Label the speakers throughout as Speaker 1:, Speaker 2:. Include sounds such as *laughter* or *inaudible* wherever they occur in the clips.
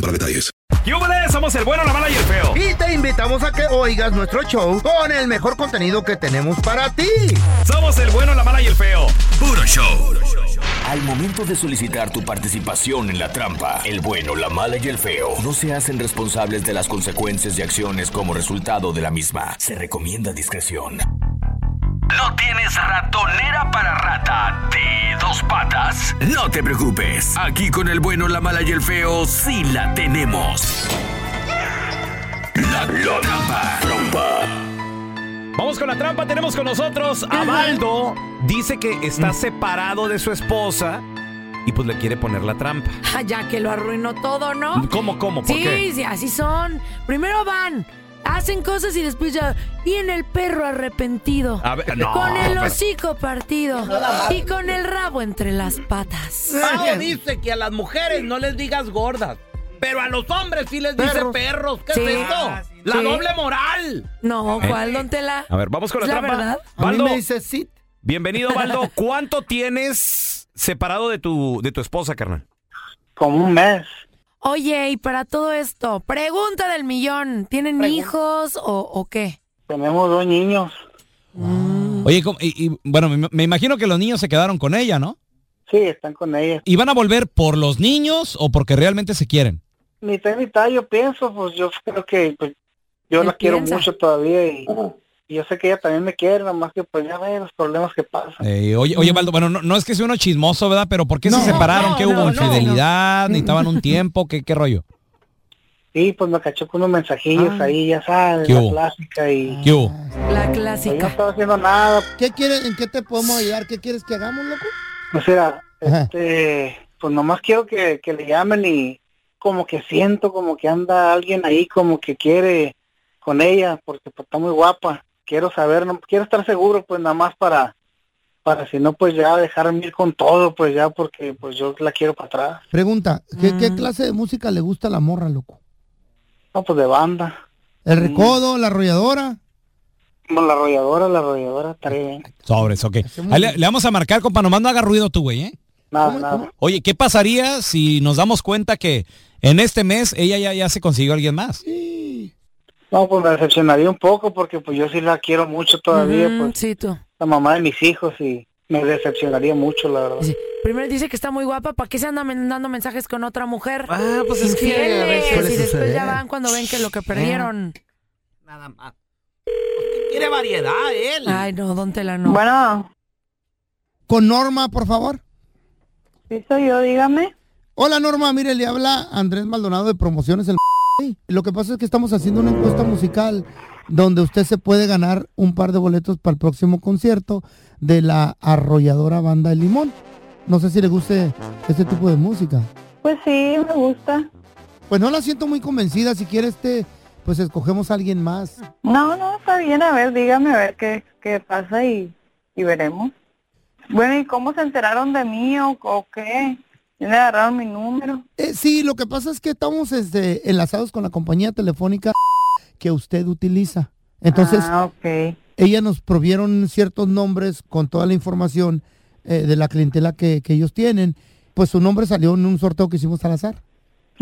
Speaker 1: para detalles.
Speaker 2: ¡Yúbales! Somos el bueno, la mala y el feo.
Speaker 3: Y te invitamos a que oigas nuestro show con el mejor contenido que tenemos para ti.
Speaker 2: Somos el bueno, la mala y el feo.
Speaker 4: Puro show. Al momento de solicitar tu participación en la trampa, el bueno, la mala y el feo no se hacen responsables de las consecuencias y acciones como resultado de la misma. Se recomienda discreción. ¿No tienes ratonera para rata de dos patas? No te preocupes. Aquí con el bueno, la mala y el feo sí la tenemos. La, la trampa. Trampa.
Speaker 2: Vamos con la trampa, tenemos con nosotros a Baldo. Dice que
Speaker 5: Mm.
Speaker 2: está separado de su esposa y pues le quiere poner la trampa.
Speaker 6: Ah, Ya que lo arruinó todo, ¿no?
Speaker 2: ¿Cómo, cómo? ¿Por
Speaker 6: Sí,
Speaker 2: qué?
Speaker 6: sí, así son. Primero van, hacen cosas y después ya viene el perro arrepentido.
Speaker 2: A ver, no,
Speaker 6: con el
Speaker 2: pero-
Speaker 6: hocico partido y con el rabo entre las patas.
Speaker 7: Pao dice que a las mujeres no les digas gordas, pero a los hombres sí les dice
Speaker 6: Perros.
Speaker 7: perros. ¿Qué
Speaker 6: Sí.
Speaker 7: es esto?
Speaker 6: Ah, sí.
Speaker 7: La
Speaker 6: Sí.
Speaker 7: doble moral.
Speaker 6: No,
Speaker 2: Eh.
Speaker 6: ¿cuál, don Tela?
Speaker 2: A ver, vamos con la,
Speaker 6: ¿La
Speaker 2: trampa.
Speaker 6: verdad?
Speaker 3: A mí
Speaker 2: Baldo,
Speaker 3: me dice sit.
Speaker 2: bienvenido,
Speaker 5: *laughs*
Speaker 2: Baldo. ¿Cuánto tienes separado de tu, de tu esposa, carnal?
Speaker 8: Como un mes.
Speaker 6: Oye, y para todo esto, pregunta del millón. ¿Tienen hijos o, o qué?
Speaker 8: Tenemos dos niños.
Speaker 5: Oye, ¿cómo- y, y, bueno, me, me imagino que los niños se quedaron con ella, ¿no?
Speaker 8: Sí, están con ella.
Speaker 5: ¿Y van a volver por los niños o porque realmente se quieren?
Speaker 8: Mitad y mitad, yo pienso, pues yo creo que pues, yo
Speaker 6: Él
Speaker 8: la quiero
Speaker 6: piensa.
Speaker 8: mucho todavía y, y yo sé que ella también me quiere, nomás que pues ya ve los problemas que pasan.
Speaker 5: Eh, oye, oye, Baldo, bueno, no, no es que sea uno chismoso, ¿verdad? Pero ¿por qué
Speaker 6: No,
Speaker 5: se separaron?
Speaker 6: no,
Speaker 5: ¿Qué
Speaker 6: no,
Speaker 5: hubo?
Speaker 6: no,
Speaker 5: ¿Infidelidad? ¿Necesitaban un tiempo? ¿Qué, qué rollo?
Speaker 8: Sí, pues me cachó con unos mensajillos ahí, ya sabes,
Speaker 5: Ah. ¿Qué
Speaker 8: la
Speaker 5: hubo? Ah.
Speaker 8: plática
Speaker 6: Ah,
Speaker 8: y
Speaker 5: ¿Qué hubo?
Speaker 6: La
Speaker 8: pues, yo no
Speaker 6: clásica.
Speaker 8: estaba haciendo nada.
Speaker 9: ¿Qué quieres? ¿En qué te podemos ayudar? ¿Qué quieres que hagamos, loco?
Speaker 8: O sea,
Speaker 9: Ajá.
Speaker 8: Pues, este, pues nomás quiero que, que le llamen y como que siento como que anda alguien ahí como que quiere con ella porque pues, está muy guapa. Quiero saber, no- quiero estar seguro pues nada más para para si no pues ya dejarme ir con todo pues ya porque pues yo la quiero para atrás.
Speaker 9: Pregunta, ¿qué, qué
Speaker 6: Mm.
Speaker 9: clase de música le gusta a la morra, loco?
Speaker 8: No pues de banda.
Speaker 9: ¿El
Speaker 3: Mm.
Speaker 9: recodo, la arrolladora?
Speaker 8: No, la arrolladora, la arrolladora, estaría bien.
Speaker 5: Sobres, ok. Ahí le, le vamos a marcar, compa, nomás no haga ruido tú, güey, ¿eh?
Speaker 8: Nada, nada.
Speaker 5: Oye, ¿qué pasaría si nos damos cuenta que en este mes ella ya, ya se consiguió a alguien más?
Speaker 8: No, pues me decepcionaría un poco porque pues yo sí la quiero mucho todavía,
Speaker 6: Ujú,
Speaker 8: pues
Speaker 6: Sí, tú.
Speaker 8: la mamá de mis hijos y me decepcionaría mucho la verdad.
Speaker 6: Sí. Primero dice que está muy guapa, ¿para qué se anda mandando mensajes con otra mujer?
Speaker 7: Ah, pues
Speaker 6: Infieles,
Speaker 9: suele
Speaker 6: y después
Speaker 9: suceder.
Speaker 6: ya van cuando ven que lo que perdieron.
Speaker 7: Nada más. Pues, Quiere variedad, él.
Speaker 6: Ay, no, don Tela, no.
Speaker 10: Bueno,
Speaker 9: Con Norma, por favor.
Speaker 10: sí soy yo, dígame.
Speaker 9: Hola, Norma, mire, le habla Andrés Maldonado de Promociones El Sí. Lo que pasa es que estamos haciendo una encuesta musical donde usted se puede ganar un par de boletos para el próximo concierto de la arrolladora banda El Limón. No sé si le guste este tipo de música.
Speaker 10: Pues sí, me gusta.
Speaker 9: Pues no la siento muy convencida, si quiere este, pues escogemos a alguien más.
Speaker 10: No, no, está bien, a ver, dígame a ver qué, qué pasa y, y veremos. Bueno, ¿y cómo se enteraron de mí o, o qué?
Speaker 8: Ya le agarraron mi número.
Speaker 3: Eh, sí, lo que pasa es que estamos este, enlazados con la compañía telefónica que usted utiliza. Entonces,
Speaker 8: Ah, ok.
Speaker 3: ella nos provieron ciertos nombres con toda la información eh, de la clientela que, que ellos tienen. Pues su nombre salió en un sorteo que hicimos al azar.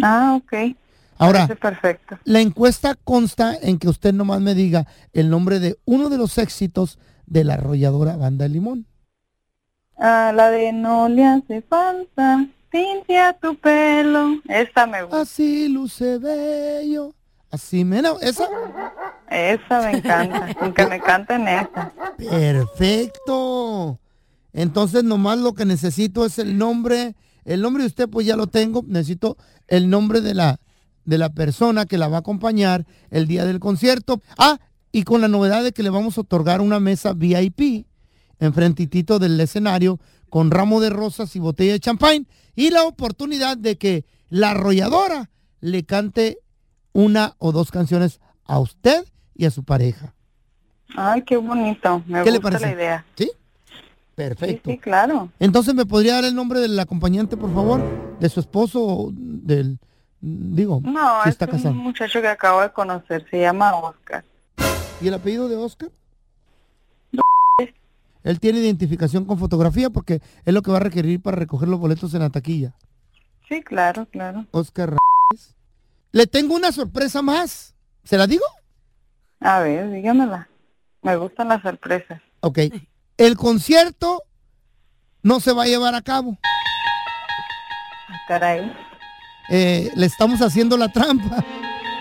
Speaker 8: Ah, ok.
Speaker 3: Ahora,
Speaker 8: Parece perfecto.
Speaker 3: la encuesta consta en que usted nomás me diga el nombre de uno de los éxitos de la arrolladora Banda de Limón.
Speaker 8: Ah, la de no le hace falta tinte a tu pelo. Esta me gusta.
Speaker 3: Así luce bello. Así menos, esa.
Speaker 8: Esa me
Speaker 3: *laughs*
Speaker 8: encanta. Aunque me canten esa.
Speaker 3: Perfecto. Entonces nomás lo que necesito es el nombre. El nombre de usted pues ya lo tengo. Necesito el nombre de la, de la persona que la va a acompañar el día del concierto. Ah, y con la novedad de que le vamos a otorgar una mesa VIP enfrentitito del escenario con ramo de rosas y botella de champán y la oportunidad de que la arrolladora le cante una o dos canciones a usted y a su pareja.
Speaker 8: Ay, qué bonito. Me
Speaker 3: ¿Qué
Speaker 8: gusta
Speaker 3: le parece?
Speaker 8: la idea.
Speaker 3: ¿Sí? Perfecto.
Speaker 8: Sí, sí, claro.
Speaker 3: Entonces, ¿me podría dar el nombre del acompañante, por favor? ¿De su esposo o del... Digo,
Speaker 8: No,
Speaker 3: si
Speaker 8: es
Speaker 3: está casado.
Speaker 8: un muchacho que acabo de conocer. Se llama Oscar.
Speaker 3: ¿Y el apellido de Oscar? Él tiene identificación con fotografía porque es lo que va a requerir para recoger los boletos en la taquilla.
Speaker 8: Sí, claro, claro.
Speaker 3: Oscar Ramírez. Le tengo una sorpresa más. ¿Se la digo?
Speaker 8: A ver, dígamela. Me gustan las sorpresas.
Speaker 3: Ok. El concierto no se va a llevar a cabo.
Speaker 8: Ah, Caray.
Speaker 3: Eh, le estamos haciendo la trampa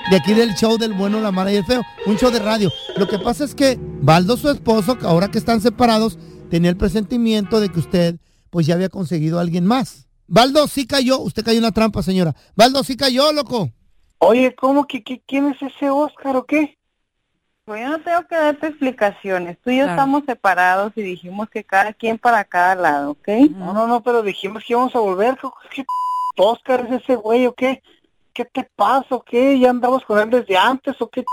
Speaker 3: de aquí del show del bueno, la mala y el feo, un show de radio. Lo que pasa es que Baldo, su esposo, que ahora que están separados, tenía el presentimiento de que usted pues ya había conseguido a alguien más. Baldo, sí cayó, usted cayó en la trampa, señora. Baldo, sí cayó, loco.
Speaker 8: Oye, ¿cómo que, quién es ese Oscar o qué? Pues yo no tengo que darte explicaciones. Tú y yo
Speaker 11: Claro.
Speaker 8: estamos separados y dijimos que cada quien para cada lado, ¿ok?
Speaker 11: No, no, no, pero dijimos que íbamos a volver. ¿Qué, qué p- Oscar es ese güey o qué? ¿Qué te pasa o qué? ¿Ya andamos con él desde antes o qué?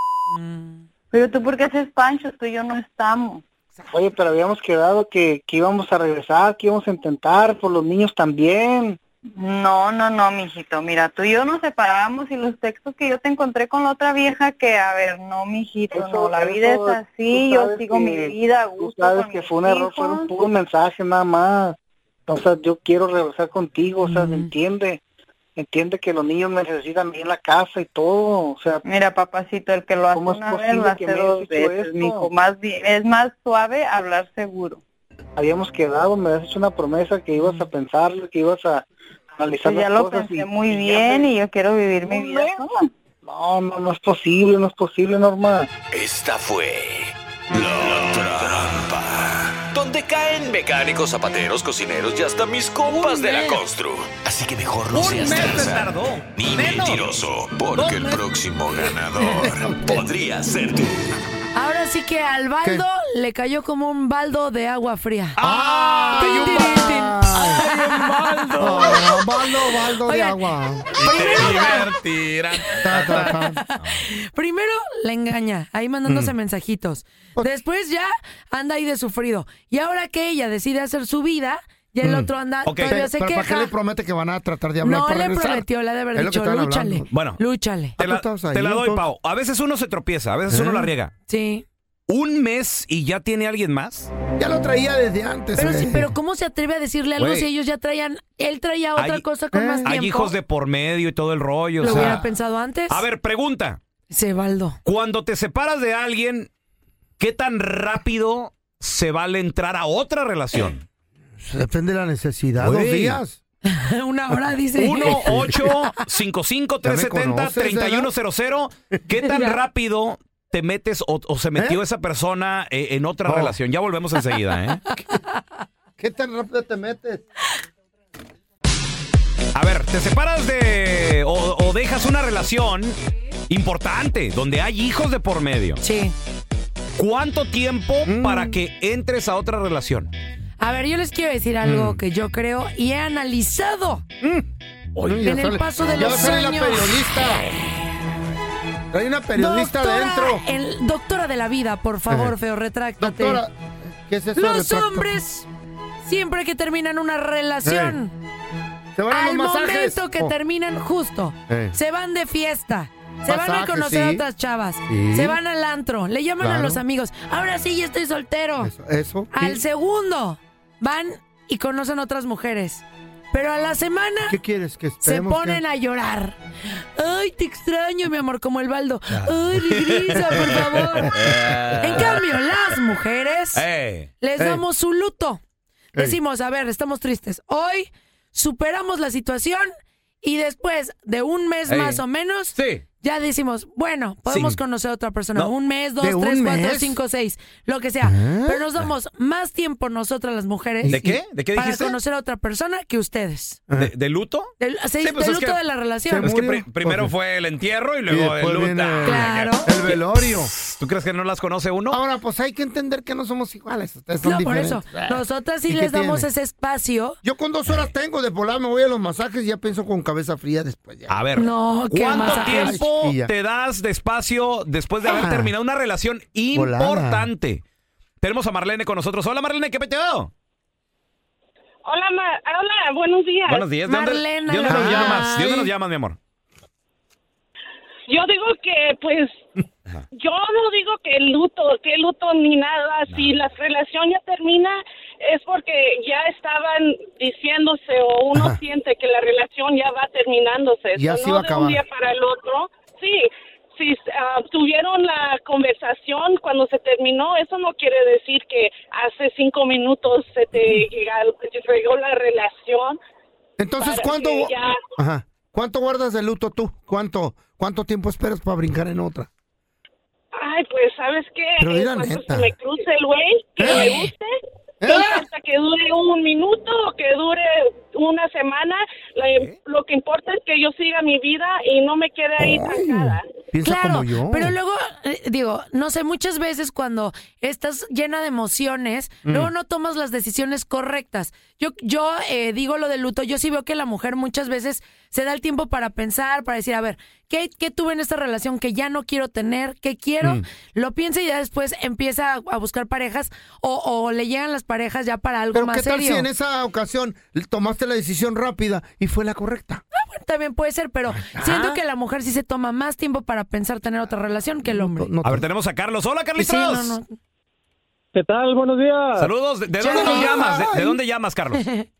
Speaker 8: Pero tú porque haces pancho, tú y yo no estamos.
Speaker 11: Oye, pero habíamos quedado que, que íbamos a regresar, que íbamos a intentar por los niños también.
Speaker 8: No, no, no, mijito. Mira, tú y yo nos separamos y los textos que yo te encontré con la otra vieja que, a ver, no, mijito, no, la vida
Speaker 11: eso,
Speaker 8: es así,
Speaker 11: tú
Speaker 8: yo
Speaker 11: sabes
Speaker 8: sigo
Speaker 11: que-
Speaker 8: mi vida a
Speaker 11: Tú
Speaker 8: gusto.
Speaker 11: sabes
Speaker 8: con
Speaker 11: que
Speaker 8: mis
Speaker 11: fue un error,
Speaker 8: hijos.
Speaker 11: fueron puros mensajes nada más. O sea, yo quiero regresar contigo, o sea, entiende. Entiende que los niños me necesitan bien la casa y todo, o sea...
Speaker 8: Mira, papacito, el que lo hace
Speaker 11: ¿Cómo es
Speaker 8: una vez,
Speaker 11: posible
Speaker 8: lo hace
Speaker 11: que me hayas
Speaker 8: dos
Speaker 11: hecho
Speaker 8: veces,
Speaker 11: esto?
Speaker 8: mijo. Más bien, es más suave hablar seguro.
Speaker 11: Habíamos quedado, me habías hecho una promesa que ibas a pensarlo, que ibas a analizar
Speaker 8: Pues ya
Speaker 11: las
Speaker 8: lo
Speaker 11: cosas
Speaker 8: pensé
Speaker 11: y-
Speaker 8: muy
Speaker 11: y ya
Speaker 8: bien
Speaker 11: me-
Speaker 8: y yo quiero vivir mi vida sola.
Speaker 11: No, no, no es posible, no es posible, Norma.
Speaker 4: Esta fue la trampa. Donde caen mecánicos, zapateros, cocineros y hasta mis compas de la constru. Así que mejor no
Speaker 12: Un
Speaker 4: seas
Speaker 12: mes se
Speaker 4: tranza
Speaker 12: tardó.
Speaker 4: ni
Speaker 12: Menos.
Speaker 4: mentiroso, porque el próximo
Speaker 12: *laughs*
Speaker 4: ganador podría ser tú.
Speaker 6: Ahora sí que al baldo le cayó como un baldo de agua fría. Tin, tin, tin, tin.
Speaker 13: Ah, baldo, baldo de
Speaker 6: Oigan, *laughs*
Speaker 13: agua.
Speaker 6: Primero la engaña, ahí mandándose
Speaker 13: Mm.
Speaker 6: mensajitos. Después ya anda ahí de sufrido. Y ahora que ella decide hacer su vida, ya el
Speaker 13: Mm.
Speaker 6: otro anda,
Speaker 13: Ok.
Speaker 6: todavía
Speaker 13: Pero,
Speaker 6: se
Speaker 13: pero ¿para qué
Speaker 6: queja.
Speaker 13: le promete que van a tratar de hablar
Speaker 6: No
Speaker 13: para
Speaker 6: le
Speaker 13: regresar?
Speaker 6: prometió, le ha de haber
Speaker 13: Es lo que
Speaker 6: dicho,
Speaker 13: estaban
Speaker 6: lúchale.
Speaker 13: hablando.
Speaker 2: Bueno.
Speaker 6: Lúchale.
Speaker 2: Te la,
Speaker 13: estabas ahí,
Speaker 2: te la doy,
Speaker 13: entonces.
Speaker 2: Pau. A veces uno se tropieza, a veces uno
Speaker 13: ¿Eh?
Speaker 2: la riega.
Speaker 6: Sí.
Speaker 2: ¿Un mes y ya tiene alguien más?
Speaker 13: Ya lo traía desde antes.
Speaker 6: Pero,
Speaker 2: eh.
Speaker 6: sí, pero ¿cómo se atreve a decirle algo
Speaker 2: Güey.
Speaker 6: si ellos ya traían, él traía otra
Speaker 2: Hay-
Speaker 6: cosa con
Speaker 13: Eh.
Speaker 6: más tiempo?
Speaker 2: Hay hijos de por medio y todo el rollo. o
Speaker 6: Lo
Speaker 2: sea.
Speaker 6: hubiera pensado antes.
Speaker 2: A ver, pregunta.
Speaker 6: Sebaldo.
Speaker 2: Cuando te separas de alguien, ¿qué tan rápido se vale entrar a otra relación?
Speaker 13: Pues, Depende de la necesidad.
Speaker 2: Güey.
Speaker 13: Dos días.
Speaker 6: Una hora dice.
Speaker 13: *laughs*
Speaker 2: 1 8 55 370 3100 ¿Qué tan
Speaker 6: Ya.
Speaker 2: rápido te metes o, o se metió esa persona eh, en otra
Speaker 13: No.
Speaker 2: relación? Ya volvemos enseguida, ¿eh?
Speaker 13: ¿Qué tan rápido te metes?
Speaker 2: A ver, te separas de o, o dejas una relación importante donde hay hijos de por medio.
Speaker 6: Sí. Mm.
Speaker 2: ¿Cuánto tiempo para que entres a otra relación?
Speaker 6: A ver, yo les quiero decir algo
Speaker 2: Mm.
Speaker 6: que yo creo y he analizado
Speaker 13: Mm. Oye,
Speaker 6: en
Speaker 13: ya
Speaker 6: el
Speaker 13: sale-
Speaker 6: paso de
Speaker 13: ya
Speaker 6: los
Speaker 13: sale la
Speaker 6: años.
Speaker 13: Trae una periodista adentro.
Speaker 6: el- doctora de la vida, por favor,
Speaker 13: Ajá.
Speaker 6: feo, retráctate.
Speaker 13: Doctora, ¿qué es eso?
Speaker 6: Los
Speaker 13: Retracto.
Speaker 6: hombres, siempre que terminan una relación,
Speaker 3: Se van a
Speaker 6: Al
Speaker 3: los masajes.
Speaker 6: momento que
Speaker 3: Oh.
Speaker 6: terminan justo,
Speaker 3: Eh.
Speaker 6: se van de fiesta. Se van a
Speaker 3: Masajes,
Speaker 6: conocer a
Speaker 3: sí.
Speaker 6: otras chavas.
Speaker 3: Sí.
Speaker 6: Se van al antro. Le llaman a
Speaker 3: Claro.
Speaker 6: los amigos. Ahora sí, ya estoy soltero.
Speaker 3: Eso.
Speaker 6: Al
Speaker 3: sí.
Speaker 6: segundo, van y conocen otras mujeres. Pero a la semana
Speaker 3: ¿Qué quieres? Que
Speaker 6: se
Speaker 3: esperemos
Speaker 6: ponen
Speaker 3: que-
Speaker 6: a llorar. Ay, te extraño, mi amor, como el baldo. Ay,
Speaker 3: *laughs*
Speaker 6: regresa, por
Speaker 2: *laughs*
Speaker 6: favor. En cambio, las mujeres les
Speaker 2: Eh.
Speaker 6: damos su luto.
Speaker 2: Ey.
Speaker 6: Decimos, a ver, estamos tristes. Hoy superamos la situación y después de un mes
Speaker 2: Ey.
Speaker 6: más o menos, ya decimos, bueno, podemos conocer a otra persona.
Speaker 2: No.
Speaker 6: Un mes, dos,
Speaker 2: ¿De
Speaker 6: tres,
Speaker 2: un
Speaker 6: cuatro,
Speaker 2: mes?
Speaker 6: cinco, seis, lo que sea.
Speaker 2: ¿Eh?
Speaker 6: Pero nos damos más tiempo nosotras las mujeres.
Speaker 2: ¿De qué? ¿De qué dijiste?
Speaker 6: Para conocer a otra persona que ustedes.
Speaker 2: ¿De, de luto?
Speaker 6: Del- se dice
Speaker 2: pues
Speaker 6: del
Speaker 2: es
Speaker 6: luto
Speaker 2: que-
Speaker 6: de la relación.
Speaker 2: Es que pri- primero fue el entierro y luego el
Speaker 3: después
Speaker 2: luto.
Speaker 3: viene el-
Speaker 2: *laughs*
Speaker 6: Claro.
Speaker 3: el velorio.
Speaker 2: ¿Tú crees que no las conoce uno?
Speaker 3: Ahora, pues hay que entender que no somos iguales. Ustedes son
Speaker 6: No, por eso.
Speaker 3: diferentes.
Speaker 6: Nosotras sí
Speaker 3: ¿Y qué
Speaker 6: les damos
Speaker 3: tiene?
Speaker 6: ese espacio.
Speaker 3: Yo con dos horas tengo de volar, me voy a los masajes y ya pienso con cabeza fría después. Ya.
Speaker 2: A ver,
Speaker 6: No, Oh, qué
Speaker 2: ¿cuánto
Speaker 6: masaje.
Speaker 2: tiempo
Speaker 3: Ay, chiquilla.
Speaker 2: te das de espacio después de haber
Speaker 3: Ah.
Speaker 2: terminado una relación
Speaker 3: Volada.
Speaker 2: importante? Tenemos a Marlene con nosotros. Hola Marlene, ¿qué peteo?
Speaker 11: Hola, ma- hola, buenos días.
Speaker 2: Buenos días. ¿De dónde, de dónde nos llamas? ¿De dónde nos llamas, mi amor?
Speaker 11: Yo digo que, pues, yo no digo que luto, que luto ni nada. Si la relación ya termina, es porque ya estaban diciéndose o uno siente que la relación ya va terminándose.
Speaker 3: Ya
Speaker 11: Eso
Speaker 3: se
Speaker 11: no
Speaker 3: iba a
Speaker 11: de un
Speaker 3: acabar.
Speaker 11: día para el otro. Sí, si ah, tuvieron la conversación cuando se terminó, eso no quiere decir que hace cinco minutos se te llega- se fregó la relación.
Speaker 3: Entonces,
Speaker 11: para
Speaker 3: ¿cuánto,
Speaker 11: que ya-
Speaker 3: Ajá. ¿cuánto guardas de luto tú? ¿Cuánto, ¿Cuánto tiempo esperas para brincar en otra?
Speaker 11: Ay, pues, ¿sabes qué?
Speaker 3: Pero di la
Speaker 11: Cuando
Speaker 3: neta. ¿Eh?
Speaker 11: se me cruce el güey, que me guste, no importa que dure un minuto o que dure una semana, la-
Speaker 3: ¿Eh?
Speaker 11: lo que importa es que yo siga mi vida y no me quede ahí trancada.
Speaker 6: claro, pero luego, eh, digo, no sé, muchas veces cuando estás llena de emociones,
Speaker 11: Mm.
Speaker 6: luego no tomas las decisiones correctas. Yo, yo eh, digo lo del luto, yo sí veo que la mujer muchas veces se da el tiempo para pensar, para decir, a ver, ¿qué, qué tuve en esta relación que ya no quiero tener? ¿Qué quiero?
Speaker 14: Mm.
Speaker 6: Lo piensa y ya después empieza a, a buscar parejas o, o le llegan las parejas ya para algo
Speaker 3: Pero
Speaker 6: más
Speaker 3: ¿qué tal
Speaker 6: serio.
Speaker 3: si en esa ocasión tomaste la decisión rápida y fue la correcta?
Speaker 6: Ah, bueno, también puede ser, pero siento que la mujer sí se toma más tiempo para pensar tener otra relación que el hombre.
Speaker 2: a ver, tenemos a Carlos. Hola, Carlitos.
Speaker 6: Sí, no, no.
Speaker 13: ¿Qué tal? Buenos días.
Speaker 2: Saludos. ¿De, de dónde nos llamas? ¿De, de dónde llamas, Carlos?
Speaker 13: *laughs*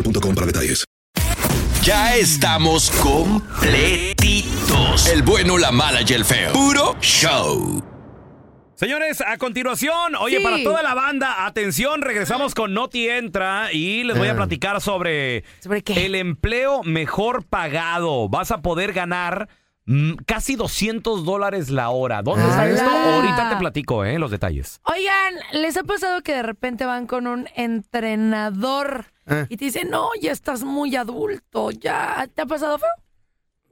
Speaker 1: para detalles.
Speaker 4: Ya estamos completitos. El bueno, la mala y el feo. Puro show.
Speaker 7: Pues,
Speaker 2: Señores, a continuación, oye,
Speaker 4: Sí.
Speaker 2: para toda la banda, atención, regresamos con Noti Entra y les voy
Speaker 3: Eh.
Speaker 2: a platicar sobre, el empleo mejor pagado. Vas a poder ganar mm, casi 200 dólares la hora. ¿Dónde
Speaker 3: Ah.
Speaker 2: está
Speaker 6: ¡Hala!
Speaker 2: esto? Ahorita te platico, ¿eh? Los detalles.
Speaker 6: Oigan, ¿les ha pasado que de repente van con un entrenador
Speaker 3: Eh.
Speaker 6: y te dicen, no, ya estás muy adulto, ya? ¿Te ha pasado feo?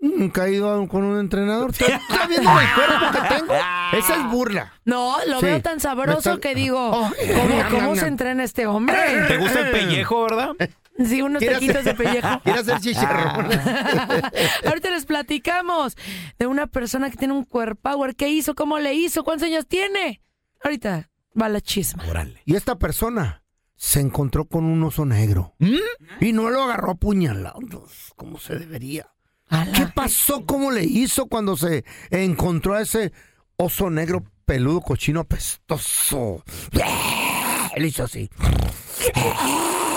Speaker 3: Nunca he ido a un- Mm, con un *laughs* entrenador. ¿Tú estás viendo el cuerpo que tengo? Esa es burla.
Speaker 6: No, lo
Speaker 3: Sí.
Speaker 6: veo tan
Speaker 3: Me
Speaker 6: sabroso
Speaker 3: está-
Speaker 6: que digo,
Speaker 3: eh,
Speaker 6: ¿cómo,
Speaker 3: nam,
Speaker 6: cómo
Speaker 3: nam,
Speaker 6: se
Speaker 3: nam.
Speaker 6: entrena este hombre?
Speaker 2: ¿Te gusta el pellejo, verdad? Ah.
Speaker 6: Sí, unos
Speaker 3: Quiere
Speaker 6: taquitos de
Speaker 3: hacer- *laughs*
Speaker 6: pellejo.
Speaker 3: quiere hacer chicharrón.
Speaker 6: *laughs* Ahorita les platicamos de una persona que tiene un cuerpo power. ¿Qué hizo? ¿Cómo le hizo? ¿Cuántos años tiene? Ahorita va la chisma.
Speaker 3: *laughs* Y esta persona se encontró con un oso negro.
Speaker 2: ¿Mm?
Speaker 3: Y no lo agarró a puñalados, como se debería. ¿Qué pasó? ¿Cómo le hizo cuando se encontró a ese oso negro peludo, cochino, apestoso? Él hizo así.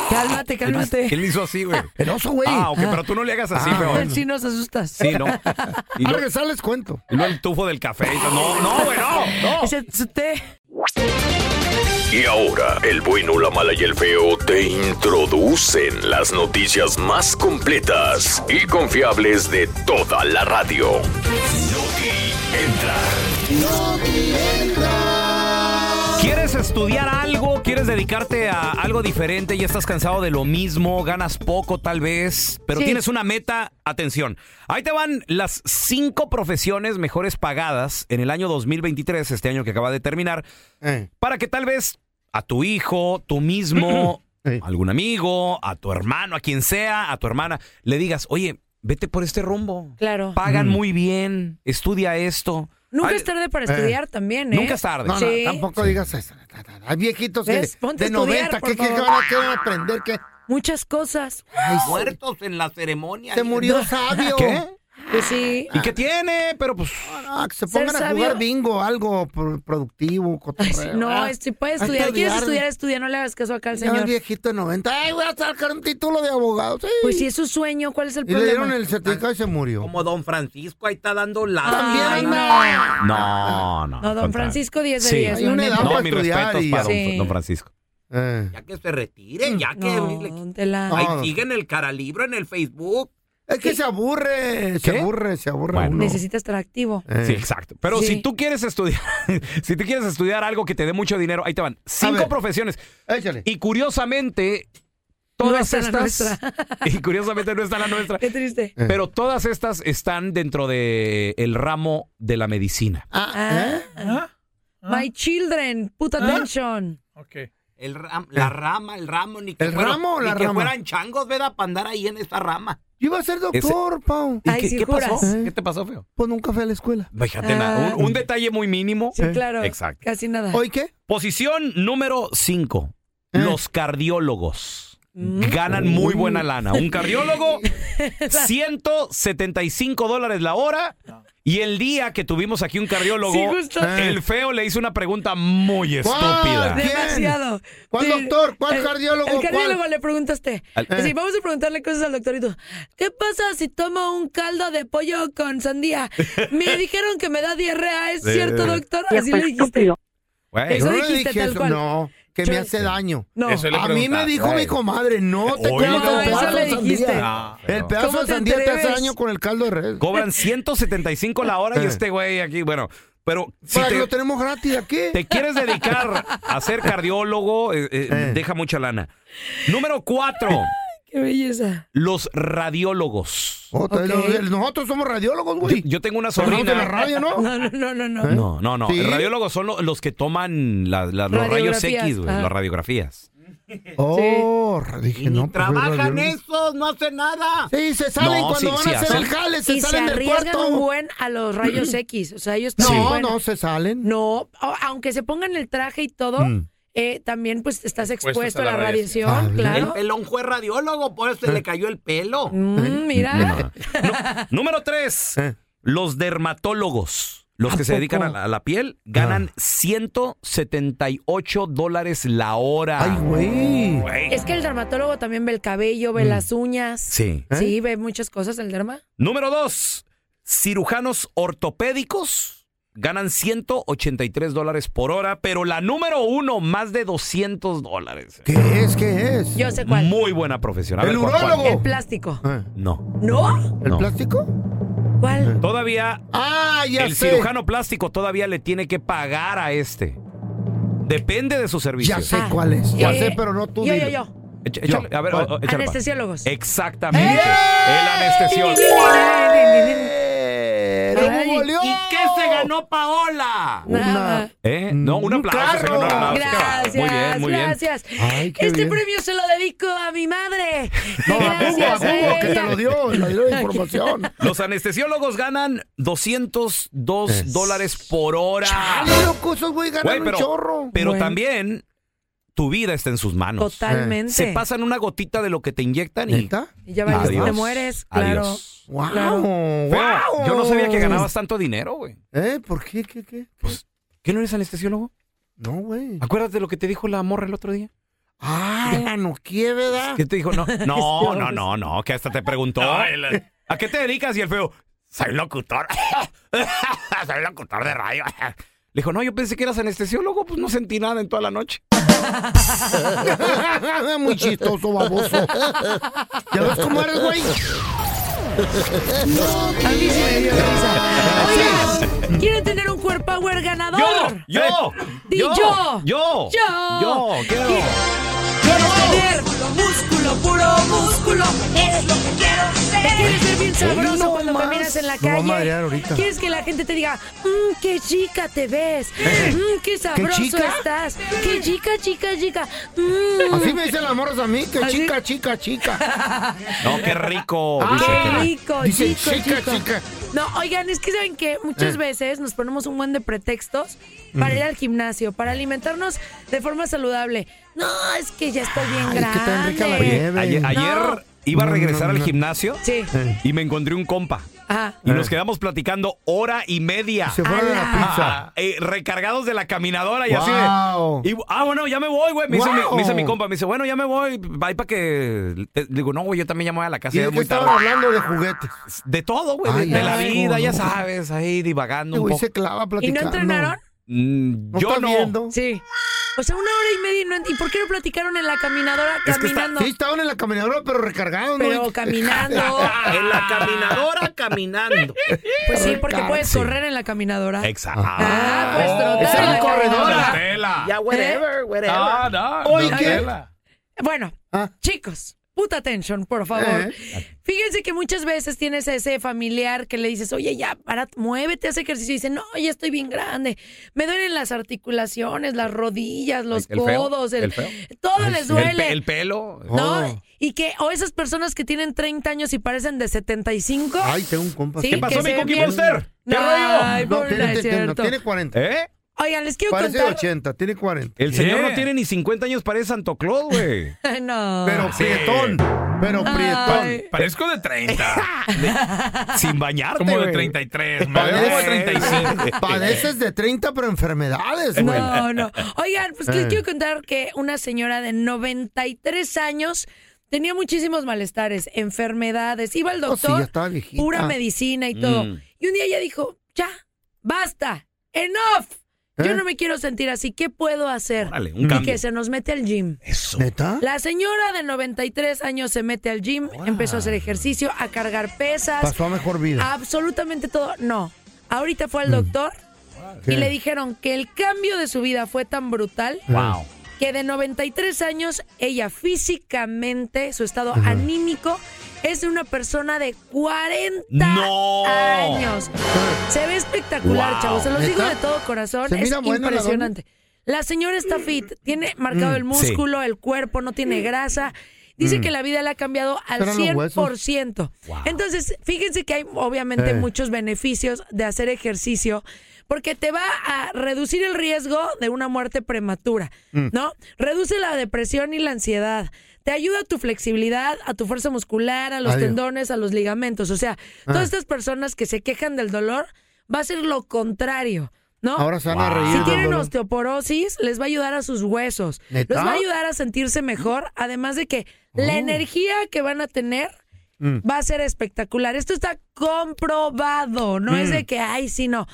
Speaker 6: Cálmate, cálmate.
Speaker 2: Él hizo así, güey.
Speaker 3: El oso, güey.
Speaker 2: Ah, ok, pero tú no le hagas así,
Speaker 3: Ah.
Speaker 2: feo.
Speaker 6: Sí, nos asustas.
Speaker 2: Sí,
Speaker 3: *laughs*
Speaker 2: no. Y
Speaker 3: Al
Speaker 2: lo-
Speaker 3: regresar les cuento.
Speaker 2: y luego el tufo del café. y todo. No, no, güey, no.
Speaker 6: Ese es su té.
Speaker 4: Y ahora, el bueno, la mala y el feo te introducen las noticias más completas y confiables de toda la radio.
Speaker 2: Ah. ¿Quieres estudiar algo? ¿Quieres dedicarte a algo diferente? ¿Ya estás cansado de lo mismo? ¿Ganas poco tal vez? Pero
Speaker 4: Sí.
Speaker 2: tienes una meta. Atención. Ahí te van las cinco profesiones mejores pagadas en el año 2023, este año que acaba de terminar, para que tal vez a tu hijo, tú mismo, algún amigo, a tu hermano, a quien sea, a tu hermana, le digas, oye, vete por este rumbo.
Speaker 6: Claro.
Speaker 2: Pagan muy bien, estudia esto.
Speaker 6: Nunca
Speaker 2: Ay,
Speaker 6: es tarde para
Speaker 2: eh,
Speaker 6: estudiar también, ¿eh?
Speaker 2: Nunca es tarde.
Speaker 6: No, no, Sí.
Speaker 3: tampoco digas eso. Hay viejitos que
Speaker 6: ¿Ves? Ponte a
Speaker 3: de
Speaker 6: estudiar,
Speaker 3: 90,
Speaker 6: por
Speaker 3: ¿qué, qué, qué
Speaker 6: favor.
Speaker 3: van a, qué van a aprender? ¿Qué?
Speaker 6: Muchas cosas.
Speaker 2: Muertos en la ceremonia.
Speaker 3: Se murió sabio.
Speaker 2: ¿Qué?
Speaker 6: Pues sí.
Speaker 2: ¿Y qué tiene? Pero pues.
Speaker 3: Ah, que se pongan a jugar bingo, algo pro- productivo, cotorreo.
Speaker 6: No,
Speaker 3: Ah,
Speaker 6: es- si puedes
Speaker 3: hay que
Speaker 6: estudiar, quieres
Speaker 3: odiar.
Speaker 6: estudiar, estudia, no le hagas caso acá al
Speaker 3: Ya el
Speaker 6: señor.
Speaker 3: viejito de 90. Ay, voy a sacar un título de abogado. Sí.
Speaker 6: Pues si es su sueño, ¿cuál es el
Speaker 3: Y le
Speaker 6: problema?
Speaker 3: dieron el certificado y se murió.
Speaker 7: Como don Francisco ahí está dando la...
Speaker 6: Ay,
Speaker 2: No,
Speaker 6: No,
Speaker 2: no.
Speaker 6: don
Speaker 2: contrario.
Speaker 6: Francisco, 10 de 10,
Speaker 2: No,
Speaker 6: la
Speaker 2: mis
Speaker 6: neta. Hay una edad para
Speaker 2: respetos
Speaker 6: estudiar
Speaker 2: para
Speaker 6: y
Speaker 2: don,
Speaker 6: ya. Sí.
Speaker 2: don Francisco.
Speaker 7: Ya que *laughs* se retire, ya que...
Speaker 6: No, don Tela.
Speaker 7: Ahí siguen el caralibro en el Facebook.
Speaker 3: Es que se aburre, se aburre, se aburre uno.
Speaker 6: Necesita estar activo.
Speaker 2: Sí, exacto. Pero
Speaker 6: Sí.
Speaker 2: si tú quieres estudiar, *laughs* si tú quieres estudiar algo que te dé mucho dinero, ahí te van. Cinco profesiones. Y curiosamente, todas
Speaker 6: No está la
Speaker 2: estas. *laughs* Y curiosamente no está la nuestra.
Speaker 6: Qué triste.
Speaker 3: Eh.
Speaker 2: Pero todas estas están dentro de el ramo de la medicina.
Speaker 3: ¿eh?
Speaker 6: Ah, My children, put attention.
Speaker 7: El ram- la rama, el ramo, ni que
Speaker 2: ¿El
Speaker 7: fueran-
Speaker 2: ramo o
Speaker 7: ni
Speaker 2: la
Speaker 7: que
Speaker 2: rama?
Speaker 7: fueran changos, ¿verdad? Para andar ahí en esta rama.
Speaker 9: Yo iba a ser doctor,
Speaker 2: Ese-
Speaker 9: Pau.
Speaker 2: ¿Y qué, qué pasó? ¿Qué te pasó, feo?
Speaker 9: Pues nunca fui a la escuela.
Speaker 2: Fíjate,
Speaker 6: Ah.
Speaker 2: na- un, un detalle muy mínimo.
Speaker 9: Sí, claro.
Speaker 2: Exacto.
Speaker 6: Casi nada.
Speaker 9: ¿Hoy qué?
Speaker 2: Posición número 5. Los cardiólogos.
Speaker 6: Mm.
Speaker 2: Ganan muy buena lana. Un cardiólogo,
Speaker 6: *laughs*
Speaker 2: 175 dólares la hora. Y el día que tuvimos aquí un cardiólogo,
Speaker 6: Sí, justo.
Speaker 2: el feo le hizo una pregunta muy
Speaker 6: Ah,
Speaker 2: estúpida.
Speaker 6: Demasiado.
Speaker 9: ¿Cuál
Speaker 6: Sí.
Speaker 9: doctor? ¿Cuál
Speaker 6: El-
Speaker 9: cardiólogo?
Speaker 6: El
Speaker 9: ¿Cuál?
Speaker 6: cardiólogo le preguntaste.
Speaker 2: Al-
Speaker 6: Sí, vamos a preguntarle cosas al doctor y tú. ¿Qué pasa si tomo un caldo de pollo con sandía?
Speaker 9: *laughs*
Speaker 6: Me dijeron que me da diarrea, ¿es
Speaker 2: Sí.
Speaker 6: cierto, doctor?
Speaker 2: Ya
Speaker 6: Así
Speaker 2: fue
Speaker 6: le dijiste.
Speaker 2: Güey.
Speaker 6: Eso dijiste tal
Speaker 9: eso,
Speaker 6: cual.
Speaker 9: No, que me
Speaker 6: Yo-
Speaker 9: hace daño.
Speaker 6: No.
Speaker 9: a
Speaker 6: Eso le
Speaker 9: mí me
Speaker 6: preguntaste.
Speaker 9: dijo mi comadre, no te
Speaker 2: Oiga.
Speaker 9: comas
Speaker 2: No,
Speaker 9: el
Speaker 2: eso
Speaker 9: pedazo
Speaker 2: le
Speaker 9: de
Speaker 2: dijiste.
Speaker 9: sandía.
Speaker 2: No,
Speaker 9: el
Speaker 2: no.
Speaker 9: pedazo
Speaker 2: ¿Cómo
Speaker 9: de
Speaker 2: te
Speaker 9: sandía te hace
Speaker 2: atreves?
Speaker 9: daño con el caldo de res.
Speaker 2: Cobran 175 la hora y
Speaker 9: Eh.
Speaker 2: este güey aquí, bueno, pero si
Speaker 9: Para que Pues,
Speaker 2: te,
Speaker 9: lo tenemos gratis aquí.
Speaker 2: te quieres dedicar a ser cardiólogo, eh, eh, deja mucha lana. Número 4.
Speaker 6: Qué belleza.
Speaker 2: Los radiólogos.
Speaker 9: Otra vez, ¿eh? los- Nosotros somos radiólogos, güey.
Speaker 2: Yo, yo tengo una
Speaker 9: Trabajamos
Speaker 2: sobrina.
Speaker 9: en la radio, ¿no?
Speaker 6: *laughs* No, no,
Speaker 9: *laughs*
Speaker 6: no, no.
Speaker 2: No, no, no.
Speaker 9: ¿Sí?
Speaker 2: Radiólogos son lo- los que toman la- la- los rayos
Speaker 7: Radiografías,
Speaker 2: X, güey,
Speaker 7: ajá.
Speaker 2: las radiografías.
Speaker 9: Oh, dije, no. pues,
Speaker 7: Trabajan
Speaker 9: radiólogos.
Speaker 7: esos, no hacen nada.
Speaker 9: Sí, se
Speaker 2: salen No, cuando sí, van sí a hacer hacen. el
Speaker 9: jale,
Speaker 7: se
Speaker 6: y
Speaker 7: salen
Speaker 6: se
Speaker 7: del
Speaker 6: arriesgan
Speaker 7: cuarto.
Speaker 6: un buen a los rayos X. O sea, ellos
Speaker 9: No,
Speaker 6: también-
Speaker 9: no se salen.
Speaker 6: No, a- aunque se pongan el traje y todo,
Speaker 9: Mm.
Speaker 6: eh, también pues estás
Speaker 7: Expuestos
Speaker 6: expuesto
Speaker 7: a
Speaker 6: a la,
Speaker 7: la
Speaker 6: radiación,
Speaker 9: Ah,
Speaker 7: radiación. El
Speaker 6: claro.
Speaker 7: pelón fue radiólogo, por eso se
Speaker 9: Eh. *laughs*
Speaker 7: le cayó el pelo.
Speaker 6: Mm,
Speaker 2: *laughs*
Speaker 6: mira.
Speaker 2: Número 3. Los dermatólogos. Los
Speaker 7: ¿A
Speaker 2: que se dedican a
Speaker 7: poco?
Speaker 2: la, a la piel ganan 178 dólares la hora. Ay,
Speaker 9: Ah.
Speaker 2: güey.
Speaker 6: Es que el dermatólogo también ve el cabello,
Speaker 9: Mm.
Speaker 6: ve las uñas.
Speaker 2: Sí.
Speaker 9: ¿Eh?
Speaker 6: Sí, ve muchas cosas el derma.
Speaker 2: Número 2. Cirujanos ortopédicos ganan 183 dólares por hora, pero la número uno, más de 200 dólares.
Speaker 9: ¿Qué es? ¿Qué es?
Speaker 6: Yo sé cuál.
Speaker 2: Muy buena profesión. A ver, ¿cuál- cuál?
Speaker 6: El plástico.
Speaker 2: No.
Speaker 6: ¿No?
Speaker 2: no.
Speaker 9: Ah. ¿Plástico?
Speaker 6: ¿Cuál?
Speaker 2: Todavía
Speaker 9: Ah, ya
Speaker 2: el
Speaker 9: sé.
Speaker 2: cirujano plástico todavía le tiene que pagar a este. Depende de su servicio.
Speaker 9: Ya sé cuál es. Ya
Speaker 2: Eh,
Speaker 9: sé, pero no tú.
Speaker 6: yo,
Speaker 2: dilo.
Speaker 6: yo, yo.
Speaker 2: Echa- échale, a ver, o- o- échale, pa.
Speaker 6: Anestesiólogos.
Speaker 9: ¡Eh!
Speaker 2: Exactamente. El anestesiólogo.
Speaker 6: Ay,
Speaker 7: ¿Y qué se ganó Paola?
Speaker 6: Nada.
Speaker 2: ¿Eh? No,
Speaker 9: Mm,
Speaker 2: un aplauso. señor, un aplauso.
Speaker 6: Gracias,
Speaker 2: Muy bien, muy bien.
Speaker 6: gracias.
Speaker 2: Ay, qué
Speaker 6: este
Speaker 2: bien.
Speaker 6: premio se lo dedico a mi madre.
Speaker 9: No, a Hugo, a
Speaker 6: Gracias eh, a
Speaker 9: Hugo, que te
Speaker 6: ella.
Speaker 9: lo dio, le
Speaker 6: *laughs*
Speaker 9: dio la información.
Speaker 2: Los anestesiólogos ganan 202 dólares por hora.
Speaker 9: Dale, loco, esos güey ganan
Speaker 2: Güey, pero,
Speaker 9: un chorro.
Speaker 2: pero también tu vida está en sus manos.
Speaker 6: Totalmente.
Speaker 2: Se pasan una gotita de lo que te inyectan y,
Speaker 6: Y ya valiste,
Speaker 2: Adiós.
Speaker 6: te mueres, claro.
Speaker 2: Adiós.
Speaker 9: Wow,
Speaker 6: Claro. Pues,
Speaker 2: Feo,
Speaker 9: Oh, wow.
Speaker 2: Yo no sabía que ganabas tanto dinero, güey.
Speaker 9: ¿Eh? ¿Por qué? ¿Qué? ¿Qué?
Speaker 2: ¿Que no eres anestesiólogo?
Speaker 9: No, güey.
Speaker 2: ¿Acuerdas de lo que te dijo la morra el otro día?
Speaker 9: Ah, la no quiere, ¿verdad?
Speaker 2: ¿Qué te dijo?
Speaker 3: *laughs*
Speaker 6: *laughs*
Speaker 2: No, no, no, no, no, que hasta te preguntó. ¿A qué te dedicas? Y el feo, soy locutor. *laughs* *laughs* soy locutor de radio. Le dijo, no, yo pensé que eras anestesiólogo, pues no sentí nada en toda
Speaker 9: *laughs*
Speaker 2: la noche.
Speaker 9: *laughs* Muy chistoso,
Speaker 6: *laughs*
Speaker 9: baboso. ¿Ya ves cómo eres, güey?
Speaker 6: A mí sí me dio risa. Oigan, ¿quieren tener un cuerpo power ganador?
Speaker 2: ¡Yo!
Speaker 9: Eh,
Speaker 6: Di yo.
Speaker 2: ¡Yo!
Speaker 6: ¡Yo!
Speaker 2: *laughs* ¡Yo! ¡Yo! quiero.
Speaker 6: ¿Quieres tener músculo, puro músculo? Es lo que quiero ser. ¿Te quieres ser bien sabroso
Speaker 9: Hoy no
Speaker 6: cuando
Speaker 9: más.
Speaker 6: caminas en la
Speaker 9: Me va a
Speaker 6: calle?
Speaker 9: madrear ahorita.
Speaker 6: ¿Quieres que la gente te diga, mmm, qué chica te ves? Mmm, qué sabroso
Speaker 9: Eh, chica?
Speaker 6: estás. Qué chica, chica, chica. Mm.
Speaker 9: Así me dicen las morras a mí, que
Speaker 6: ¿Así? Oh,
Speaker 9: chica, chica, chica.
Speaker 2: No, qué rico.
Speaker 9: Ah,
Speaker 2: dice
Speaker 9: qué
Speaker 2: que-
Speaker 6: Rico,
Speaker 9: Dice,
Speaker 6: chico,
Speaker 9: chica,
Speaker 6: chico.
Speaker 9: chica.
Speaker 6: No, oigan, es que saben que muchas
Speaker 9: Eh. Mm.
Speaker 6: veces nos ponemos un buen de pretextos para
Speaker 9: Ujú.
Speaker 6: ir al gimnasio, para alimentarnos de forma saludable. No, es que ya estoy bien
Speaker 9: qué tan
Speaker 6: grande.
Speaker 9: rica la
Speaker 2: Oye, ayer,
Speaker 9: No.
Speaker 2: ayer iba a regresar al gimnasio
Speaker 6: Sí.
Speaker 2: y me encontré un compa.
Speaker 6: Ajá.
Speaker 2: Y nos quedamos platicando hora y media.
Speaker 9: Eh. Se fueron a la
Speaker 2: Ah,
Speaker 9: pizza.
Speaker 2: eh, recargados de la caminadora y
Speaker 9: Guau.
Speaker 2: así de. y, ah, bueno, ya me voy, güey. Me, dice
Speaker 9: Guau.
Speaker 2: mi- me dice mi compa, me dice, bueno, ya me voy. Ahí para que. te- digo, no, güey, yo también ya me voy a la casa.
Speaker 9: ¿Y
Speaker 2: ya
Speaker 9: de
Speaker 2: es
Speaker 9: qué
Speaker 2: muy
Speaker 9: estaban
Speaker 2: tarde".
Speaker 9: hablando de juguetes?
Speaker 2: De todo, güey. De,
Speaker 9: Ay,
Speaker 2: de la
Speaker 9: ay,
Speaker 2: vida, ya
Speaker 9: no.
Speaker 2: sabes. Ahí divagando
Speaker 9: Este
Speaker 2: un
Speaker 9: güey
Speaker 2: poco.
Speaker 9: se clava
Speaker 6: ¿Y
Speaker 9: platicando.
Speaker 6: no entrenaron?
Speaker 2: Mm, yo
Speaker 9: está
Speaker 2: no.
Speaker 9: viendo?
Speaker 6: Sí. O sea, una hora y media y no ent- ¿Y por qué no platicaron en la caminadora
Speaker 9: Es que está-
Speaker 6: caminando?
Speaker 9: sí, estaban en la caminadora, pero recargados.
Speaker 6: Pero
Speaker 9: ¿no? *laughs*
Speaker 6: caminando.
Speaker 7: En la caminadora caminando.
Speaker 6: Pues sí, porque puedes
Speaker 2: Sí.
Speaker 6: correr en la caminadora.
Speaker 2: Exacto.
Speaker 6: Ah, pues trotar
Speaker 9: esa
Speaker 6: en
Speaker 9: era
Speaker 6: la
Speaker 9: Oh, corredora. ¿Eh?
Speaker 6: caminadora.
Speaker 7: Ya, whatever, whatever.
Speaker 2: Ah, No, no.
Speaker 9: Oye, Ah.
Speaker 2: no,
Speaker 9: ¿qué?
Speaker 2: tela.
Speaker 6: Bueno, chicos, puta atención, por favor.
Speaker 9: ¿Eh?
Speaker 6: Fíjense que muchas veces tienes a ese familiar que le dices, oye, ya, para, muévete, haz ejercicio. Y dice, no, ya estoy bien grande. Me duelen las articulaciones, las rodillas, los
Speaker 2: El feo,
Speaker 6: codos, el-
Speaker 2: el feo.
Speaker 6: todo
Speaker 2: Ay,
Speaker 6: les
Speaker 2: sí. El
Speaker 6: duele.
Speaker 2: pe- el pelo.
Speaker 6: ¿No?
Speaker 2: Oh.
Speaker 6: Y que, o esas personas que tienen 30 años y parecen de 75.
Speaker 3: Ay, tengo un compa.
Speaker 6: Sí, ¿Qué pasó, que mi se Cookie ve bien. Monster? ¿Qué rollo? Ay,
Speaker 3: no,
Speaker 6: pobre,
Speaker 3: tiene,
Speaker 6: no es
Speaker 3: tiene- no,
Speaker 6: cierto.
Speaker 3: tiene 40.
Speaker 2: ¿Eh?
Speaker 6: Oigan, les quiero
Speaker 3: Parece
Speaker 6: *laughs* contar.
Speaker 3: 80, tiene 40.
Speaker 2: El señor no tiene ni 50 años, parece Santo Claus, güey. Ah,
Speaker 6: no.
Speaker 3: *laughs* Pero
Speaker 2: Sí.
Speaker 3: prietón, pero prietón.
Speaker 2: Parezco
Speaker 3: *laughs*
Speaker 2: de 30. sin bañarte.
Speaker 3: Como de
Speaker 2: 33.
Speaker 3: me veo de
Speaker 7: 35.
Speaker 3: Padeces de 30, pero enfermedades, güey.
Speaker 6: No, no. Oigan, pues que les
Speaker 3: Eh.
Speaker 6: quiero contar que una señora de 93 años tenía muchísimos malestares, enfermedades, iba al
Speaker 3: Oh, sí,
Speaker 6: doctor,
Speaker 3: ya estaba viejita.
Speaker 6: pura medicina y todo.
Speaker 3: Mm.
Speaker 6: Y un día ella dijo, ya, basta, enough. Yo
Speaker 3: ¿Eh?
Speaker 6: no me quiero sentir así, ¿qué puedo hacer?
Speaker 3: Órale, un
Speaker 6: y
Speaker 3: cambio.
Speaker 6: que se nos mete al gym.
Speaker 3: ¿Neta?
Speaker 6: La señora de 93 años se mete al gym, empezó a hacer ejercicio, a cargar pesas,
Speaker 3: Pasó a mejor vida.
Speaker 6: absolutamente todo. No, ahorita fue al
Speaker 3: Mm.
Speaker 6: doctor
Speaker 3: ¿Qué?
Speaker 6: y le dijeron que el cambio de su vida fue tan brutal
Speaker 3: Wow.
Speaker 6: que de 93 años ella físicamente, su estado
Speaker 3: Ajá.
Speaker 6: anímico, es de una persona de 40
Speaker 3: No.
Speaker 6: años. Se ve espectacular,
Speaker 3: Wow.
Speaker 6: chavos. Se los digo
Speaker 3: ¿Neta?
Speaker 6: de todo corazón.
Speaker 3: Se
Speaker 6: es
Speaker 3: mira buena la
Speaker 6: impresionante. La, señora está fit, tiene marcado
Speaker 3: Mm,
Speaker 6: el músculo, el cuerpo, no tiene grasa. Dice
Speaker 3: Mm.
Speaker 6: que la vida le ha cambiado al
Speaker 3: Pero los huesos.
Speaker 6: 100%. Entonces, fíjense que hay obviamente
Speaker 3: Eh.
Speaker 6: muchos beneficios de hacer ejercicio porque te va a reducir el riesgo de una muerte prematura,
Speaker 14: Mm.
Speaker 6: ¿no? Reduce la depresión y la ansiedad. Te ayuda a tu flexibilidad, a tu fuerza muscular, a los
Speaker 14: Adiós.
Speaker 6: tendones, a los ligamentos. O sea,
Speaker 14: Ah.
Speaker 6: todas estas personas que se quejan del dolor, va a ser lo contrario, ¿no?
Speaker 3: Ahora se van a reír
Speaker 6: Si
Speaker 3: del
Speaker 6: tienen
Speaker 3: dolor.
Speaker 6: osteoporosis, les va a ayudar a sus huesos.
Speaker 3: ¿Neta?
Speaker 6: Los va a ayudar a sentirse mejor. Además de que la
Speaker 3: Oh.
Speaker 6: energía que van a tener
Speaker 3: Mm.
Speaker 6: va a ser espectacular. Esto está comprobado. No es
Speaker 3: Mm.
Speaker 6: de que, ay, sí, no.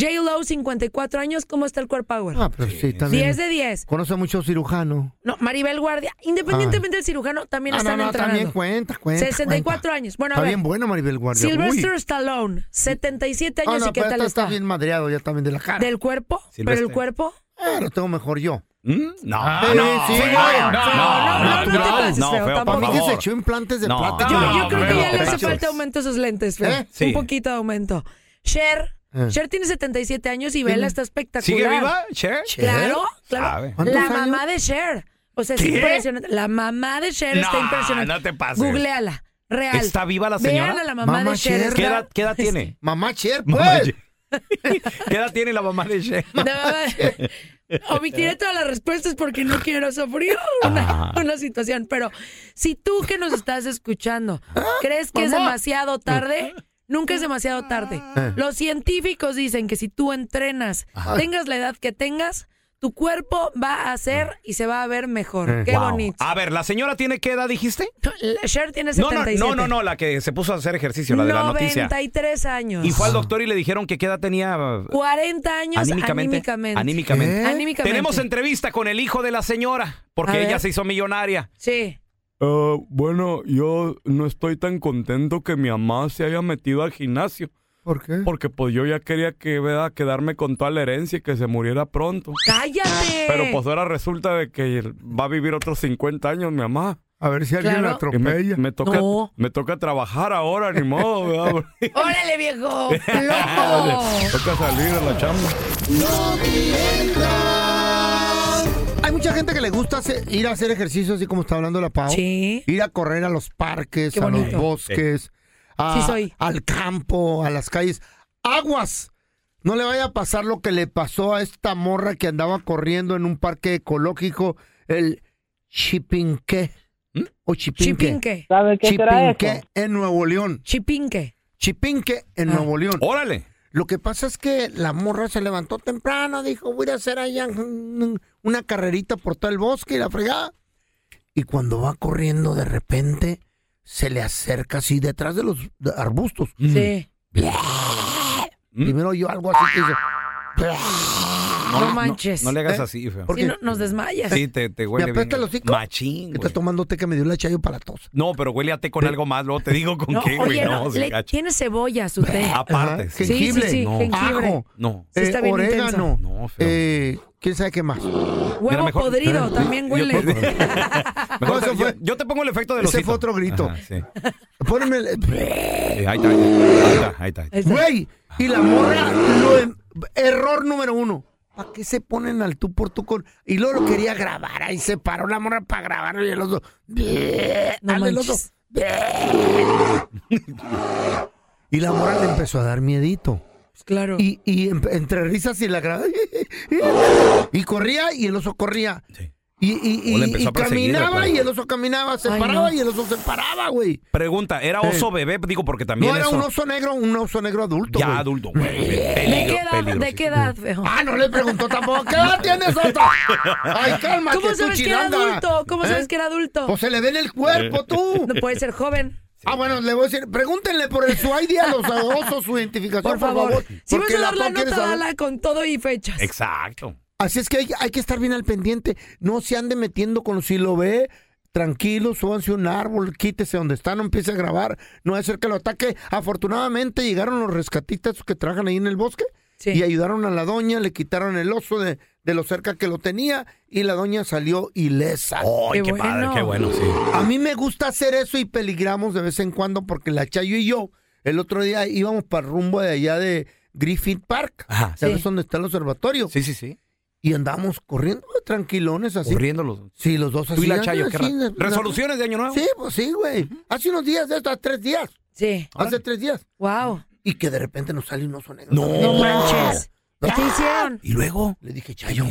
Speaker 6: J. Lowe, 54 años, ¿cómo está el core power?
Speaker 3: Ah, pero sí, también.
Speaker 6: 10 de 10.
Speaker 3: Conoce mucho cirujano.
Speaker 6: No, Maribel Guardia, independientemente del cirujano, también
Speaker 3: Ah, no,
Speaker 6: están
Speaker 3: no,
Speaker 6: entrenando.
Speaker 3: también cuenta, cuenta,
Speaker 6: 64 años. Bueno, a
Speaker 3: está
Speaker 6: ver.
Speaker 3: bien buena Maribel Guardia.
Speaker 6: Sylvester
Speaker 3: Uy.
Speaker 6: Stallone, 77 años
Speaker 3: Ah, no,
Speaker 6: y qué
Speaker 3: pero
Speaker 6: tal
Speaker 3: está,
Speaker 6: está.
Speaker 3: está bien madreado ya también de la cara.
Speaker 6: ¿Del cuerpo? ¿Pero el
Speaker 3: Silvestre.
Speaker 6: cuerpo?
Speaker 3: Ah, lo tengo mejor yo.
Speaker 2: ¿Mm? No,
Speaker 3: Sí,
Speaker 2: Ah, no,
Speaker 3: sí,
Speaker 2: feo,
Speaker 3: no,
Speaker 2: no,
Speaker 3: no, no,
Speaker 2: no, no, no,
Speaker 3: no,
Speaker 2: no,
Speaker 3: no,
Speaker 2: feo,
Speaker 3: feo,
Speaker 2: por
Speaker 3: para mí que
Speaker 2: favor.
Speaker 3: se echó implantes de
Speaker 2: No,
Speaker 3: plata.
Speaker 2: yo-
Speaker 6: Yo creo que
Speaker 2: Pero,
Speaker 6: ya le hace
Speaker 2: pechos.
Speaker 6: falta aumento a esos lentes, Fer.
Speaker 2: ¿Eh? Sí.
Speaker 6: Un poquito de aumento. Cher.
Speaker 2: Eh.
Speaker 6: Cher tiene 77 años y Vela está espectacular.
Speaker 2: ¿Sigue viva, Cher?
Speaker 6: Claro, claro.
Speaker 2: Sabe.
Speaker 6: La
Speaker 2: ¿Cuántos
Speaker 6: mamá de Cher. O sea, es
Speaker 2: ¿Qué?
Speaker 6: impresionante. La mamá de Cher está
Speaker 2: No,
Speaker 6: impresionante.
Speaker 2: no te pases.
Speaker 6: Googleala. Real.
Speaker 2: ¿Está viva la señora?
Speaker 6: Vean a la mamá de Cher. está-
Speaker 2: ¿Qué edad, qué edad tiene?
Speaker 3: *laughs* Mamá Cher,
Speaker 2: pues. *laughs* ¿Qué edad tiene la mamá de Cher?
Speaker 6: La mamá de- *laughs* Omitiré todas las respuestas porque no quiero sufrir una, una situación. Pero si tú que nos estás escuchando
Speaker 2: ¿Ah?
Speaker 6: crees que es
Speaker 14: Mamá.
Speaker 6: demasiado tarde, nunca es demasiado tarde.
Speaker 14: Eh.
Speaker 6: Los científicos dicen que si tú entrenas,
Speaker 14: Ajá.
Speaker 6: tengas la edad que tengas, tu cuerpo va a
Speaker 2: Eh.
Speaker 6: ser y se va a ver mejor. Qué
Speaker 2: Wow.
Speaker 6: bonito.
Speaker 2: A ver, ¿la señora tiene qué edad dijiste?
Speaker 6: Cher tiene
Speaker 2: Ah. No, no,
Speaker 6: 77.
Speaker 2: no, no, no, la que se puso a hacer ejercicio, la de la noticia.
Speaker 6: 93 años.
Speaker 2: Y fue al doctor y le dijeron que qué edad tenía.
Speaker 6: 40 años
Speaker 2: Anímicamente.
Speaker 6: anímicamente.
Speaker 2: Anímicamente.
Speaker 6: Anímicamente.
Speaker 2: Tenemos entrevista con el hijo de la señora,
Speaker 6: A
Speaker 2: porque
Speaker 6: ver.
Speaker 2: ella se hizo millonaria.
Speaker 6: Sí.
Speaker 15: Eh, bueno, yo no estoy tan contento que mi *laughs* mamá Ah, se haya metido al gimnasio.
Speaker 3: ¿Por qué?
Speaker 15: Porque pues yo ya quería que ¿verdad? quedarme con toda la herencia y que se muriera pronto.
Speaker 6: ¡Cállate!
Speaker 15: Pero pues ahora resulta de que va a vivir otros 50 años mi mamá.
Speaker 3: A ver si alguien
Speaker 15: la
Speaker 3: Claro. la atropella.
Speaker 15: Me, toca,
Speaker 3: No.
Speaker 15: me toca trabajar ahora, ni modo,
Speaker 6: *laughs*
Speaker 15: ¿verdad? *laughs*
Speaker 6: ¡Órale, viejo!
Speaker 15: Me toca salir a la chamba.
Speaker 3: Hay mucha gente que le gusta hacer- ir a hacer ejercicio, así como está hablando la Pau.
Speaker 6: Sí.
Speaker 3: Ir a correr a los parques,
Speaker 6: Qué
Speaker 3: a los
Speaker 6: bonito.
Speaker 3: bosques, a-
Speaker 6: Sí soy.
Speaker 3: al campo, a las calles. ¡Aguas! No le vaya a pasar lo que le pasó a esta morra que andaba corriendo en un parque ecológico, el Chipinque.
Speaker 2: ¿Mm?
Speaker 3: ¿O Chipinque?
Speaker 6: Chipinque.
Speaker 3: ¿Sabe
Speaker 6: qué será eso?
Speaker 3: en Nuevo León.
Speaker 6: Chipinque. Ah.
Speaker 3: Chipinque en Nuevo León.
Speaker 2: Órale.
Speaker 3: Lo que pasa es que la morra se levantó temprano, dijo, voy a ir a hacer allá una carrerita por todo el bosque y la fregada. Y cuando va corriendo, de repente se le acerca así detrás de los arbustos.
Speaker 6: Sí.
Speaker 3: Primero yo algo así que hizo.
Speaker 6: No manches.
Speaker 2: No, le hagas
Speaker 6: ¿Eh?
Speaker 2: así, feo.
Speaker 6: Sí, no- nos desmayas.
Speaker 2: Sí, te, te
Speaker 3: ¿Me
Speaker 2: huele bien.
Speaker 3: apesta el hocico?
Speaker 2: Machín,
Speaker 3: Que estás
Speaker 2: güey.
Speaker 3: tomando té que me dio la chayo para la tos.
Speaker 2: No, pero huele a té con algo más, luego te digo con
Speaker 6: No,
Speaker 2: qué, güey.
Speaker 6: oye,
Speaker 2: No,
Speaker 6: no,
Speaker 2: sí,
Speaker 6: le-
Speaker 2: gacho.
Speaker 6: tiene cebolla a su té.
Speaker 2: Aparte.
Speaker 3: Ajá. Jengibre.
Speaker 6: Sí, sí, sí,
Speaker 3: No.
Speaker 6: jengibre.
Speaker 3: Ajo.
Speaker 2: No.
Speaker 6: Sí,
Speaker 3: Eh,
Speaker 6: está bien
Speaker 3: orégano.
Speaker 6: intenso.
Speaker 3: eh, ¿Quién sabe qué más?
Speaker 6: Huevo
Speaker 2: Mira, mejor-
Speaker 6: podrido,
Speaker 2: *laughs* Eh,
Speaker 6: también
Speaker 2: yo-
Speaker 6: huele.
Speaker 2: yo-
Speaker 6: *laughs*
Speaker 2: Mejor te- yo, yo te pongo el efecto del
Speaker 3: Ese
Speaker 2: osito.
Speaker 3: fue otro grito.
Speaker 2: Ajá, sí.
Speaker 3: Ponme el...
Speaker 2: Eh, ahí está, ahí está, ahí está, ahí está.
Speaker 3: Güey, y la morra, lo em- error número uno. ¿Para qué se ponen al tú por tú con.? Y luego lo quería grabar, ahí se paró la morra para grabarlo y el otro.
Speaker 6: No
Speaker 3: Dale el otro.
Speaker 6: manches.
Speaker 3: Y la morra le empezó a dar miedito.
Speaker 6: Claro.
Speaker 3: Y, y em- entre risas y la grababa. *laughs* Y corría y el oso corría. Y, y- y-
Speaker 2: O le empezó
Speaker 3: y
Speaker 2: a perseguir,
Speaker 3: caminaba
Speaker 2: claro.
Speaker 3: y el oso caminaba, se
Speaker 6: Ay,
Speaker 3: paraba
Speaker 6: no.
Speaker 3: y el oso se paraba, güey.
Speaker 2: Pregunta, ¿era oso bebé? Digo, porque también
Speaker 3: No era
Speaker 2: eso-
Speaker 3: un oso negro, un oso negro adulto.
Speaker 2: Ya
Speaker 3: güey.
Speaker 2: adulto, güey. Pe-
Speaker 6: ¿De
Speaker 2: Peligro,
Speaker 6: qué edad,
Speaker 2: peligro.
Speaker 6: ¿de qué edad feo?
Speaker 3: Ah, no le preguntó tampoco. ¿Qué edad tienes,
Speaker 6: *laughs*
Speaker 3: otra? Ay, calma,
Speaker 6: ¿Cómo
Speaker 3: que tú
Speaker 6: sabes que era
Speaker 3: chilanga.
Speaker 6: adulto? ¿Cómo
Speaker 3: ¿Eh?
Speaker 6: sabes que era adulto?
Speaker 3: Pues se le ve en el
Speaker 2: Eh.
Speaker 3: cuerpo, tú.
Speaker 6: No puede ser joven.
Speaker 3: Ah, bueno, le voy a decir, pregúntenle por el su ID a los osos, su identificación,
Speaker 6: Por
Speaker 3: *laughs* por
Speaker 6: favor.
Speaker 3: favor.
Speaker 6: Si vas
Speaker 3: porque
Speaker 6: a dar la
Speaker 3: PRO quiere
Speaker 6: nota,
Speaker 3: saber.
Speaker 6: dala con todo y
Speaker 2: Eh.
Speaker 6: fechas.
Speaker 2: Exacto.
Speaker 3: Así es que hay, hay que estar bien al pendiente. No se ande metiendo con si lo ve. Tranquilo, súbanse a un árbol, quítese donde está, no empiece a grabar, no va a ser que lo ataque. Afortunadamente llegaron los rescatistas que trabajan ahí en el bosque y ayudaron a la doña, le quitaron el oso de, de lo cerca que lo tenía y la doña salió ilesa.
Speaker 2: Ay, qué padre, qué bueno, sí.
Speaker 3: A mí me gusta hacer eso y peligramos de vez en cuando porque la Chayo y yo el otro día íbamos para rumbo de allá de Griffith Park. ¿Sabes
Speaker 2: Sí.
Speaker 3: dónde está el observatorio? Sí,
Speaker 2: sí, sí.
Speaker 3: Y andábamos corriendo tranquilones así.
Speaker 2: Corriendo los dos.
Speaker 3: Sí, los dos así.
Speaker 2: Tú y la
Speaker 3: así,
Speaker 2: Chayo, qué
Speaker 3: así,
Speaker 2: ra- ¿Resoluciones de año nuevo?
Speaker 3: Sí, pues sí, güey. Hace unos días, de estos, hace tres días.
Speaker 6: Sí.
Speaker 3: Hace tres días.
Speaker 6: Wow.
Speaker 3: Y que de repente nos sale un oso negro.
Speaker 6: No manches.
Speaker 3: No.
Speaker 6: ¿Qué hicieron?
Speaker 3: Y luego le dije, Chayo,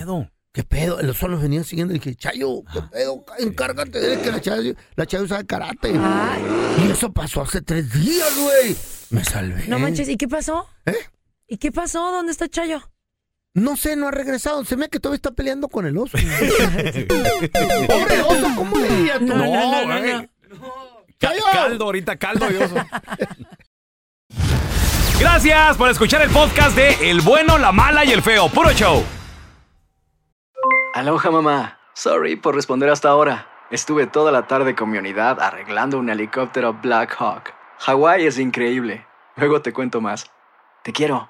Speaker 3: ¿qué pedo? Los solos venían siguiendo. Le dije, Chayo, ¿qué
Speaker 2: Ah.
Speaker 3: pedo? Encárgate de que la Chayo, la Chayo sabe karate. Y eso pasó hace tres días, güey. Me salvé.
Speaker 6: No manches, ¿y qué pasó?
Speaker 3: ¿Eh?
Speaker 6: ¿Y qué pasó? ¿Dónde está Chayo?
Speaker 3: No sé, no ha regresado. Se me que todavía está peleando con el
Speaker 6: *laughs*
Speaker 3: oso. Pobre oso, ¿cómo le diría tú?
Speaker 2: No, no, no, no, no. Ca- Caldo, ahorita caldo y oso. *laughs* Gracias por escuchar el podcast de El Bueno, la Mala y el Feo. Puro show.
Speaker 14: Aloha mamá. Sorry por responder hasta ahora. Estuve toda la tarde con mi unidad arreglando un helicóptero Black Hawk. Hawái es increíble. Luego te cuento más. Te quiero.